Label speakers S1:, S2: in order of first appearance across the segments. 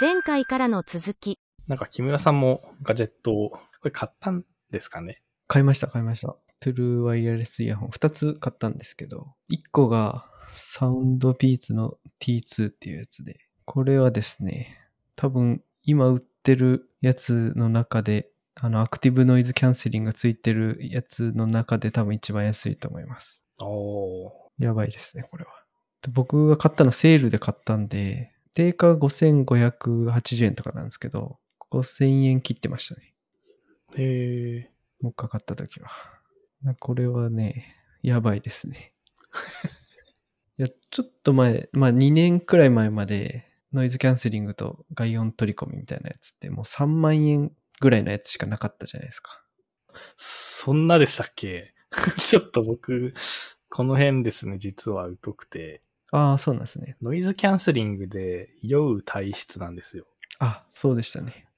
S1: 前回からの続き。
S2: なんか木村さんもガジェットを、これ買ったんですかね
S3: 買いました、買いました。トゥルーワイヤレスイヤホン2つ買ったんですけど、1個がサウンドビーツの T2 っていうやつで、これはですね、多分今売ってるやつの中で、あの、アクティブノイズキャンセリングがついてるやつの中で多分一番安いと思います。
S2: おー。
S3: やばいですね、これは。で僕が買ったのセールで買ったんで、定価5580円とかなんですけど、5000円切ってましたね。
S2: へえ。
S3: もう一回買った時は。なこれはね、やばいですね。いや、ちょっと前、まあ2年くらい前まで、ノイズキャンセリングと外音取り込みみたいなやつって、もう3万円ぐらいのやつしかなかったじゃないですか。
S2: そんなでしたっけ ちょっと僕、この辺ですね、実は疎くて。
S3: ああ、そうなんですね。
S2: ノイズキャンセリングで酔う体質なんですよ。
S3: あ、そうでしたね。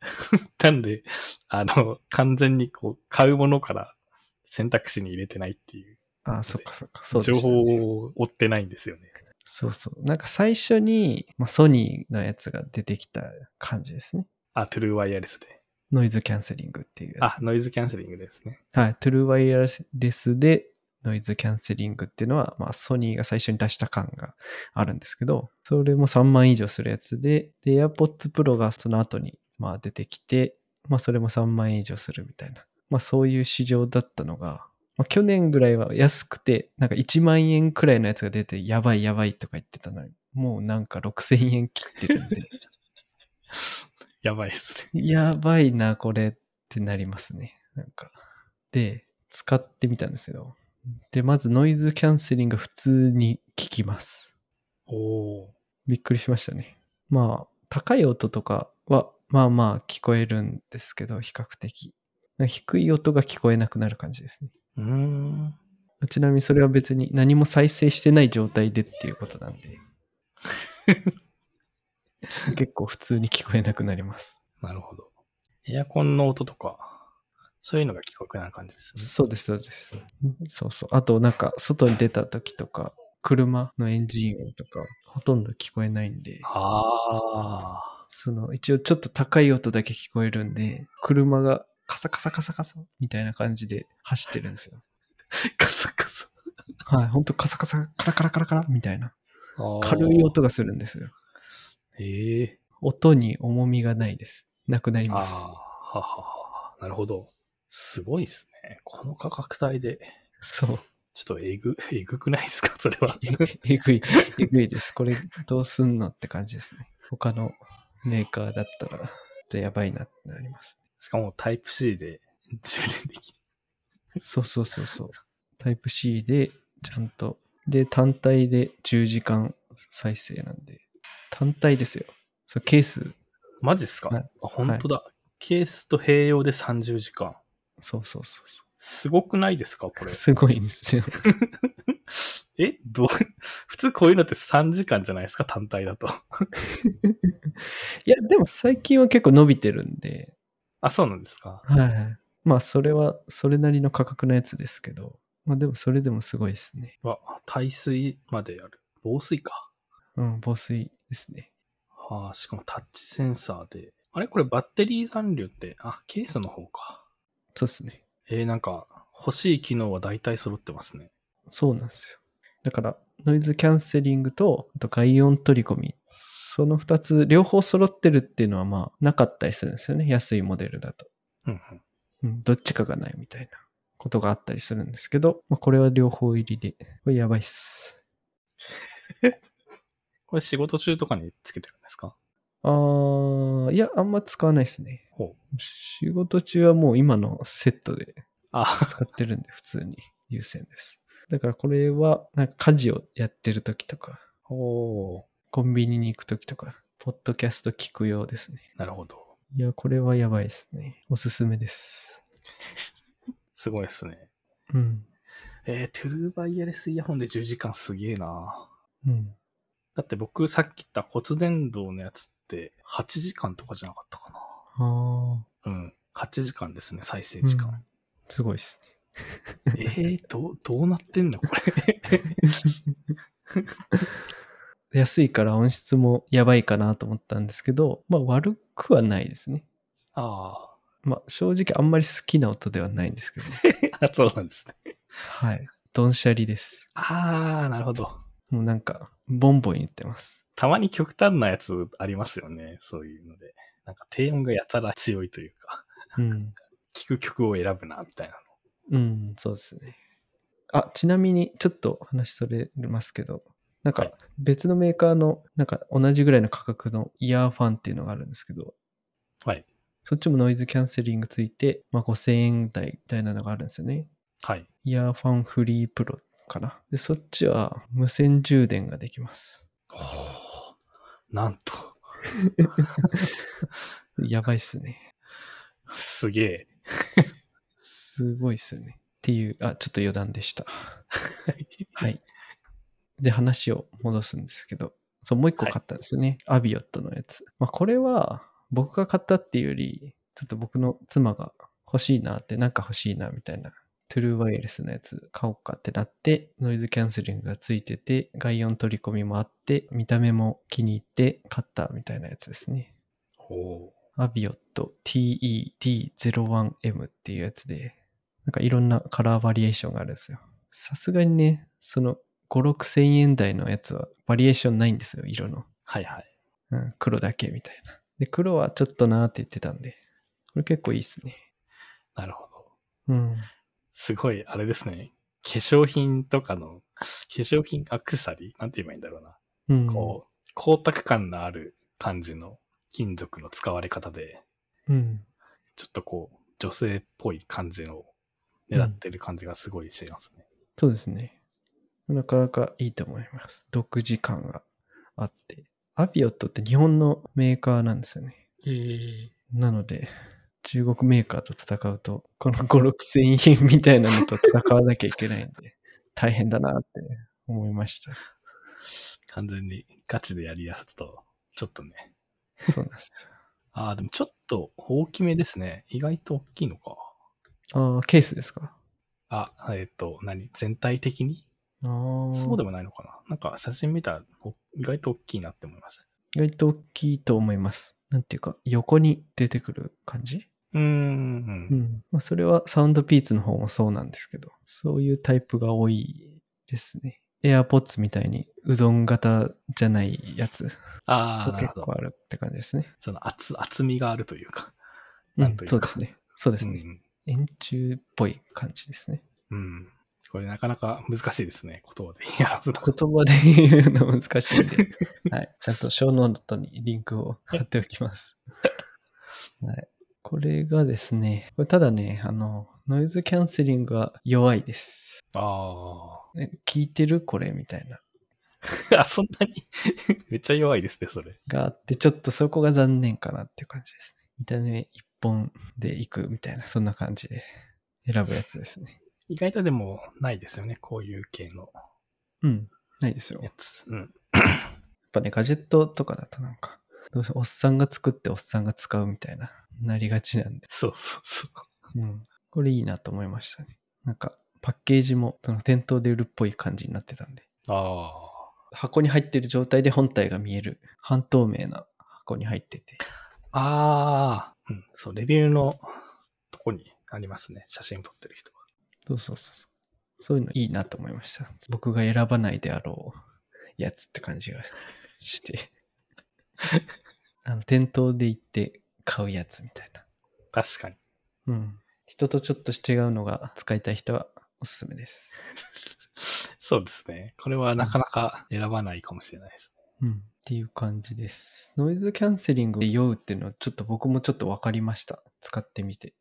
S2: なんで、あの、完全にこう、買うものから選択肢に入れてないっていう、
S3: ああ、そっかそっか。そうで
S2: 情
S3: した
S2: 報
S3: ね
S2: を追ってないんですよね。
S3: そうそう。なんか最初に、まあ、ソニーのやつが出てきた感じですね。
S2: あ、トゥルーワイヤレスで。
S3: ノイズキャンセリングっていうやつ。
S2: あ、ノイズキャンセリングですね。
S3: はい。トゥルーワイヤレスでノイズキャンセリングっていうのは、まあ、ソニーが最初に出した感があるんですけど、それも3万以上するやつで、で、AirPods Pro がその後に、まあ、出てきて、まあ、それも3万以上するみたいな。まあ、そういう市場だったのが、まあ、去年ぐらいは安くて、なんか1万円くらいのやつが出て、やばいやばいとか言ってたのに、もうなんか6000円切ってるんで、
S2: やばいですね。
S3: やばいな、これってなりますね。なんか。で、使ってみたんですよ。で、まずノイズキャンセリングが普通に聞きます。
S2: おお
S3: びっくりしましたね。まあ、高い音とかは、まあまあ聞こえるんですけど、比較的。低い音が聞こえなくなる感じですね。
S2: ー。うーん。
S3: ちなみにそれは別に何も再生してない状態でっていうことなんで。結構普通に聞こえなくなります。
S2: なるほど。エアコンの音とか、そういうのが聞こえなる感じですね。
S3: そうです、そうです。そうそう。あと、なんか、外に出た時とか、車のエンジン音とか、ほとんど聞こえないんで、
S2: ああ。
S3: その、一応ちょっと高い音だけ聞こえるんで、車がカサカサカサカサみたいな感じで走ってるんですよ。
S2: カサカサ。
S3: はい、ほんとカサカサ、カラカラカラカラみたいな。軽い。音がするんですよ。
S2: ええ
S3: 音に重みがないです。なくなり
S2: ああ
S3: ます。
S2: ー、はははは。なるほど。すごいですね。この価格帯で。
S3: そう。
S2: ちょっとえぐ、 えぐくないですかそれは。
S3: えぐい、えぐいです。これどうすんのって感じですね。他のメーカーだったら、ちょっとやばいなってなります。
S2: しかもタイプ C で充電できる。
S3: そうそうそうそう。タイプ C で、ちゃんと。で、単体で10時間再生なんで。単体ですよ。そう、ケース。
S2: マジっすか、
S3: はい
S2: あ、本当だ、ケースと併用で30時間。
S3: そうそうそうそ
S2: すごくないですかこ
S3: う。
S2: れ。
S3: すごいんですよ。
S2: えどう、 普通こういうのって3時間じゃないですか単体だと。
S3: いや、でも最近は結構伸びてるんで。
S2: あ、そうなんですか
S3: はい。まあ、それは、それなりの価格のやつですけど。まあ、でも、それでもすごいですね。
S2: わ、耐水まである。防水か。
S3: うん、防水ですね。
S2: はあ、しかもタッチセンサーで。あれこれバッテリー残量って、あ、ケースの方か。
S3: そうですね。
S2: えー、なんか、欲しい機能は大体揃ってますね。
S3: そうなんですよ。だから、ノイズキャンセリングと、あと外音取り込み。その2つ、両方揃ってるっていうのは、まあ、なかったりするんですよね。安いモデルだと。
S2: うん
S3: うん、どっちかがないみたいなことがあったりするんですけど、まあ、これは両方入りで、これやばいっす。
S2: これ仕事中とかにつけてるんですか
S3: あー、いや、あんま使わないですね。
S2: ほう。
S3: 仕事中はもう今のセットで
S2: あ、
S3: 使ってるんで、普通に優先です。だからこれは、なんか家事をやってる時とか、
S2: おー
S3: コンビニに行くときとか、ポッドキャスト聞くようですね。
S2: なるほど。
S3: いや、これはやばいですね。おすすめです。
S2: すごいですね。
S3: うん。
S2: えー、トゥルーバイヤレスイヤホンで10時間すげえな
S3: うん。
S2: だって僕さっき言った骨伝導のやつって8時間とかじゃなかったか
S3: ああ。
S2: な。うん。8時間ですね、再生時間。
S3: すごいですね。
S2: えー、どう、どうなってんのこれ。
S3: 安いから音質もやばいかなと思ったんですけど、まあ悪くはないですね。
S2: あ
S3: まあ正直あんまり好きな音ではないんですけ ど、
S2: あ。そうなんですね。
S3: はい。ドンシャリです。
S2: ああ、なるほど。
S3: もうなんか、ボンボン言ってます。
S2: たまに極端なやつありますよね。そういうので。なんか低音がやたら強いというか、
S3: うん。
S2: 聴く曲を選ぶな、みたいなの。
S3: うん、そうですね。あ、ちなみにちょっと話それますけど、な
S2: は
S3: んか
S2: い
S3: 別のメーカーの、なんか同じぐらいの価格のイヤーファンっていうのがあるんですけど、
S2: はい。
S3: そっちもノイズキャンセリングついて、まあ、5000円台みたいなのがあるんですよね。
S2: はい。
S3: イヤーファンフリープロかな。で、そっちは無線充電ができます。
S2: ほう。なんと。
S3: やばいっすね。
S2: すげえ。
S3: すごいっすね。っていう、あ、ちょっと余談でした。
S2: はい
S3: はい。で、話を戻すんですけど、そう、もう一個買ったんですよね。アビオットのやつ。まあ、これは僕が買ったっていうより、ちょっと僕の妻が欲しいなって、なんか欲しいなみたいな、トゥルーワイヤレスのやつ買おうかってなって、ノイズキャンセリングがついてて、外音取り込みもあって、見た目も気に入って買ったみたいなやつですね。
S2: ほう。
S3: アビオット TED01M っていうやつで、なんかいろんなカラーバリエーションがあるんですよ。さすがにね、その5、6千円台のやつはバリエーションないんですよ、色の。
S2: はいはい。
S3: うん、黒だけみたいな。で、黒はちょっとなーって言ってたんで、これ結構いいっすね。
S2: なるほど。
S3: うん。
S2: すごい、あれですね。化粧品とかの、化粧品アクセサリーなんて言えばいいんだろうな。
S3: うん、
S2: こう、光沢感のある感じの金属の使われ方で、
S3: うん。
S2: ちょっとこう、女性っぽい感じの狙ってる感じがすごいしますね。
S3: そうですね。なかなかいいと思います。独自感があって。アビオットって日本のメーカーなんですよね。
S2: え
S3: なので、中国メーカーと戦うと、この5、6千円みたいなのと戦わなきゃいけないんで、 大変だなって思いました。
S2: 完全にガチでやりやすと、ちょっとね。
S3: そうなんです
S2: ああ、でもちょっと大きめですね。意外と大きいのか。
S3: よ。ああ、ケースですか
S2: あ、えっ、と、何全体的に
S3: ああ。
S2: そうでも
S3: も。
S2: ないのかな。なんか写真見たらお意外と大きいなって思いました。
S3: 意外と大きいと思います。なんていうか、横に出てくる感じ
S2: うーん
S3: う。ん。まあ、それはサウンドピーツの方もそうなんですけど、そういうタイプが多いですね。AirPods みたいにうどん型じゃないやつ
S2: ああ、なる
S3: 結
S2: ほ
S3: 構
S2: ど。
S3: あるって感じですね。
S2: その厚厚みがあるというか。
S3: う
S2: なん
S3: ん
S2: というか
S3: そうですね。そうですね。
S2: うん
S3: 円柱っぽい感じですね。
S2: うん。これなかなか難しいですね。言葉で言い表すの。
S3: 言葉で言うの難しい んで、はい、ちゃんと小ノートにリンクを貼っておき ます。はい、これがですね、これただね、あの、ノイズキャンセリングが弱いです。
S2: あ
S3: え聞いてるこれみたいな。
S2: あ。 あ、そんなにめっちゃ弱いですね、それ。
S3: があって、ちょっとそこが残念かなっていう感じですね。見た目一本でいくみたいな、そんな感じで選ぶやつですね。
S2: 意外とでもないですよね。こういう系の
S3: うん。ないですよ。
S2: やつ。うん。
S3: やっぱね、ガジェットとかだとなんか、どうせおっさんが作っておっさんが使うみたいな、なりがちなんで。
S2: そうそうそう。
S3: うん。これいいなと思いましたね。なんか、パッケージも、その店頭で売るっぽい感じになってたんで。
S2: あ
S3: 箱に入ってる状態で本体が見える、半透明な箱に入ってて。
S2: あ。ああ。うん。そう、レビューのとこにありますね。写真を撮ってる人が。
S3: そうそうそうそう。そういうのいいなと思いました。僕が選ばないであろうやつって感じがして。あの、店頭で行って買うやつみたいな。
S2: 確かに。
S3: うん。人とちょっと違うのが使いたい人はおすすめです。
S2: そうですね。これはなかなか選ばないかもしれないです。
S3: うん。っていう感じです。ノイズキャンセリングで酔うっていうのはちょっと僕もちょっとわかりました。使ってみて。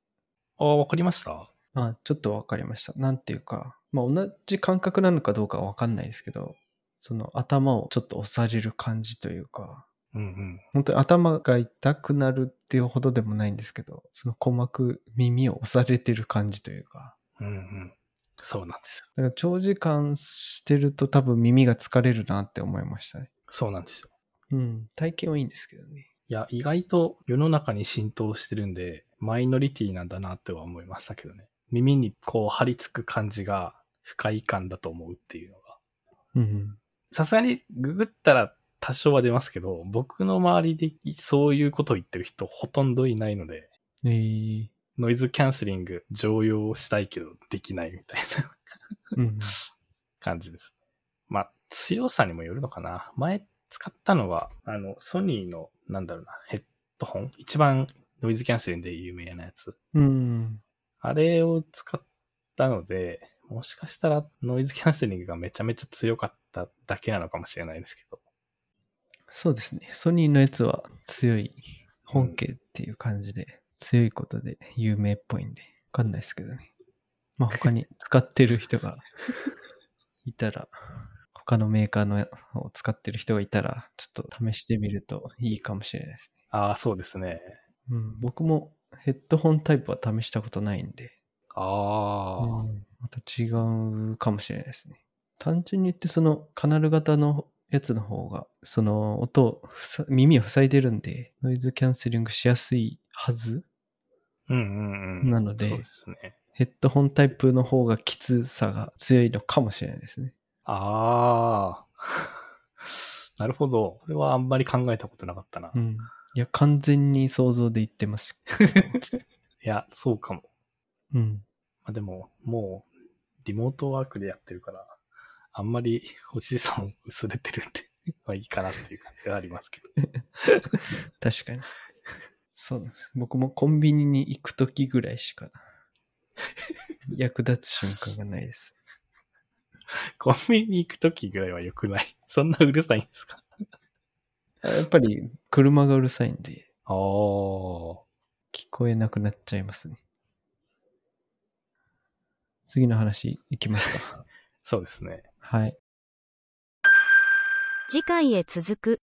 S2: ああ、わかりました
S3: あ、ちょっとわかりました。なんていうか、まあ同じ感覚なのかどうかはわかんないですけど、その頭をちょっと押される感じというか、
S2: うんうん。
S3: 本当に頭が痛くなるっていうほどでもないんですけど、その鼓膜、耳を押されてる感じというか、
S2: うんうん。そうなんですよ。
S3: だから長時間してると多分耳が疲れるなって思いましたね。
S2: そうなんですよ。
S3: うん。体験はいいんですけどね。
S2: いや、意外と世の中に浸透してるんで、マイノリティなんだなとは思いましたけどね。耳にこう張り付く感じが不快感だと思うっていうのが。
S3: うん。
S2: さすがにググったら多少は出ますけど、僕の周りでそういうことを言ってる人ほとんどいないので、
S3: えー
S2: ノイズキャンセリング常用したいけどできないみたいな
S3: うん、
S2: 感じです。まあ、強さにもよるのかな。前使ったのは、あの、ソニーの、なんだろうな、ヘッドホン一番ノイズキャンセリングで有名なやつ。
S3: うん、
S2: あれを使ったので、もしかしたらノイズキャンセリングがめちゃめちゃ強かっただけなのかもしれないですけど。
S3: そうですね。ソニーのやつは強い、本家っていう感じで、強いことで有名っぽいんで、わかんないですけどね。まあ他に使ってる人 がいたら、他のメーカーのを使ってる人がいたら、ちょっと試してみるといいかもしれないですね。
S2: ああ、そうですね。
S3: うん、僕もヘッドホンタイプは試したことないんで、
S2: ああ、
S3: うんまた違うかもしれないですね。単純に言って、そのカナル型のやつの方が、その音をふさ、耳を塞いでるんで、ノイズキャンセリングしやすいはず。
S2: うんうんうん。
S3: なので
S2: そうですね。
S3: ヘッドホンタイプの方がきつさが強いのかもしれないですね。
S2: ああ。 なるほど。これはあんまり考えたことなかったな。
S3: う
S2: い
S3: ん。いや、完全に想像で言ってます。
S2: や、そうかも。
S3: うん。
S2: まあでも、もう、リモートワークでやってるから、あんまり星さん薄れて るんで、まあいいかなっていう感じがありますけど。
S3: 確かに。そうなんです。僕もコンビニに行くときぐらいしか役立つ瞬間がないです。
S2: コンビニに行くときぐらいは良くない。 そんなうるさいんですか
S3: やっぱり車がうるさいんで、
S2: あー。
S3: 聞こえなくなっちゃいますね。次の話いきますか。
S2: そうですね。
S3: はい。
S1: 次回へ続く。